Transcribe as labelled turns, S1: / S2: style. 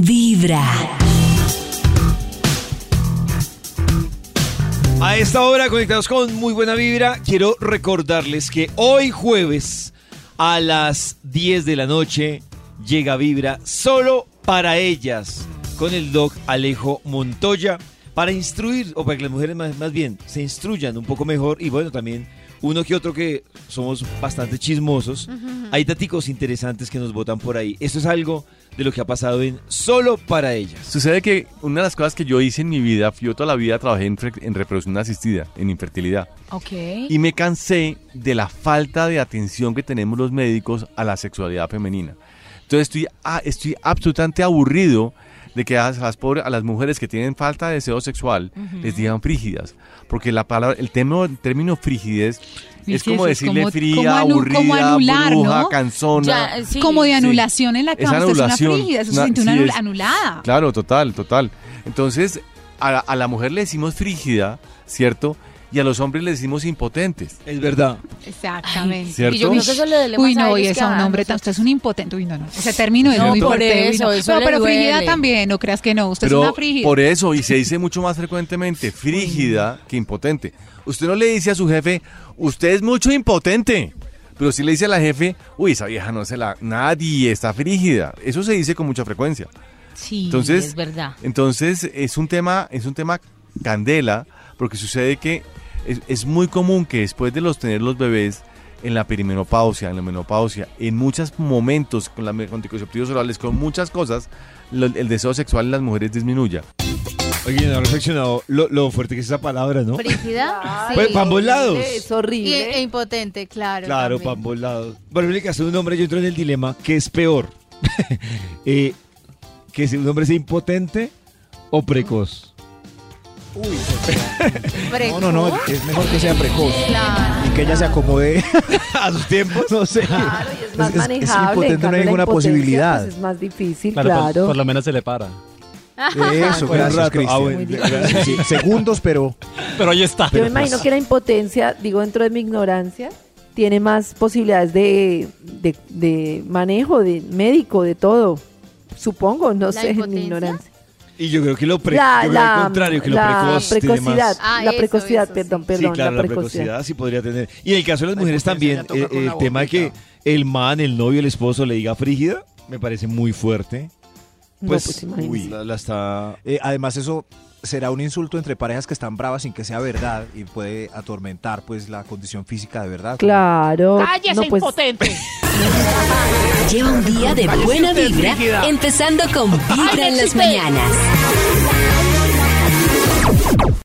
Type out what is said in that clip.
S1: Vibra.
S2: A esta hora, conectados con muy buena vibra, quiero recordarles que hoy jueves a las 10 de la noche llega Vibra solo para ellas con el doc Alejo Montoya para instruir, o para que las mujeres más, más bien se instruyan un poco mejor y bueno, también uno que otro que somos bastante chismosos. Hay daticos interesantes que nos botan por ahí. Esto es algo de lo que ha pasado en Solo para ellas.
S3: Sucede que una de las cosas que yo hice en mi vida, yo toda la vida trabajé en, fre- en reproducción asistida, en infertilidad,
S4: Ok.
S3: y me cansé de la falta de atención que tenemos los médicos a la sexualidad femenina. Entonces estoy, a- estoy absolutamente aburrido de que a las, pobres, a las mujeres que tienen falta de deseo sexual les digan frígidas, porque la palabra, el, temo- el término frigidez
S4: Y
S3: es
S4: sí,
S3: como
S4: eso es
S3: decirle
S4: como-
S3: fría,
S4: como anu-
S3: aburrida,
S4: como anular,
S3: bruja,
S4: ¿no?
S3: canzona.
S5: Ya, eh, sí.
S4: Como de
S3: Sí.
S4: anulación en la
S3: Esa
S4: cama. Usted es
S3: anulación,
S4: una frígida, eso se
S3: na-
S4: siente una
S3: sí
S4: anul-
S3: es.
S4: anulada.
S3: Claro, total, total. Entonces, a, la- a la mujer le decimos frígida, ¿cierto? Y a los hombres le decimos impotentes.
S2: Es verdad.
S4: Exactamente.
S3: ¿Cierto?
S5: Y yo creo que eso le duele
S4: Uy,
S5: más a
S4: no,
S5: él,
S4: y
S5: es
S4: es a un
S5: que
S4: hombre tan. Usted es un impotente. Uy, no, no. Ese término es
S5: No,
S4: muy
S5: por
S4: fuerte. uy, no.
S5: eso, eso
S4: No,
S5: le
S4: pero frígida
S5: duele.
S4: también. No creas que no. Usted es una frígida.
S3: por e- eso, y se dice mucho más frecuentemente, frígida que impotente. Usted no le dice a su jefe, usted es mucho impotente. Pero sí le dice a la jefe, uy, esa vieja no se la... Nadie está frígida. Eso se dice con mucha frecuencia.
S5: Sí,
S3: Entonces,
S5: es verdad.
S3: Entonces es un tema, es un tema candela, porque sucede que es, es muy común que después de los tener los bebés en la perimenopausia, en la menopausia, en muchos momentos con, la, me- con anticonceptivos orales, con muchas cosas, lo- el deseo sexual en las mujeres disminuya.
S2: Oye, no he reflexionado lo, lo fuerte que es esa palabra, ¿no?
S6: Frígida.
S2: Pues para ambos lados.
S6: Es horrible.
S7: E, e impotente, claro.
S2: Claro, para
S7: también.
S2: ambos lados. Bueno, en el caso de un hombre, yo entro en el dilema, ¿qué es peor? Eh, ¿Que si un hombre sea impotente o precoz?
S7: Precoz.
S8: No, no, no, es mejor que sea precoz
S7: Claro.
S8: y que ella se acomode.
S2: A sus tiempos.
S8: No sé.
S6: Claro, y es más
S8: Es- es- es
S6: manejable. en
S8: impotente, no hay
S6: cambio, la
S8: ninguna
S6: impotencia,
S8: posibilidad.
S6: pues, es más difícil,
S9: Claro, por-
S6: claro.
S9: Por, lo menos se le para.
S8: Eso,
S2: Fue un
S8: gracias,
S2: rato. Ah,
S8: Cristian.
S2: bueno, gracias.
S8: Sí, sí, Segundos, pero
S9: Pero ahí está.
S6: Yo me imagino que la impotencia, digo, dentro de mi ignorancia, tiene más posibilidades de, de, de manejo, de médico, de todo. Supongo, no
S7: ¿La
S6: sé, en mi
S7: impotencia?
S6: ignorancia.
S2: Y yo creo que lo, pre
S6: La-
S2: yo creo
S6: la-
S2: al contrario, que
S6: la
S2: lo precoz tiene más-
S6: precocidad,
S7: Ah,
S6: la
S7: eso,
S6: precocidad,
S7: eso,
S6: perdón,
S7: sí.
S6: perdón,
S2: sí, claro,
S6: la precocidad.
S2: sí podría tener. Y en el caso de las
S8: La
S2: mujeres
S8: impotencia
S2: también, eh,
S8: ya toca
S2: el,
S8: con
S2: el
S8: la
S2: tema de que
S8: boquita.
S2: el man, el novio, el esposo le diga frígida, me parece muy fuerte.
S6: No,
S2: Pues,
S6: pues, imagínese.
S2: uy, la, la está...
S8: eh, además eso será un insulto entre parejas que están bravas sin que sea verdad y puede atormentar pues la condición física de verdad.
S6: Claro. no, pues,
S1: Lleva un día de buena vibra, empezando con Vibra en las mañanas.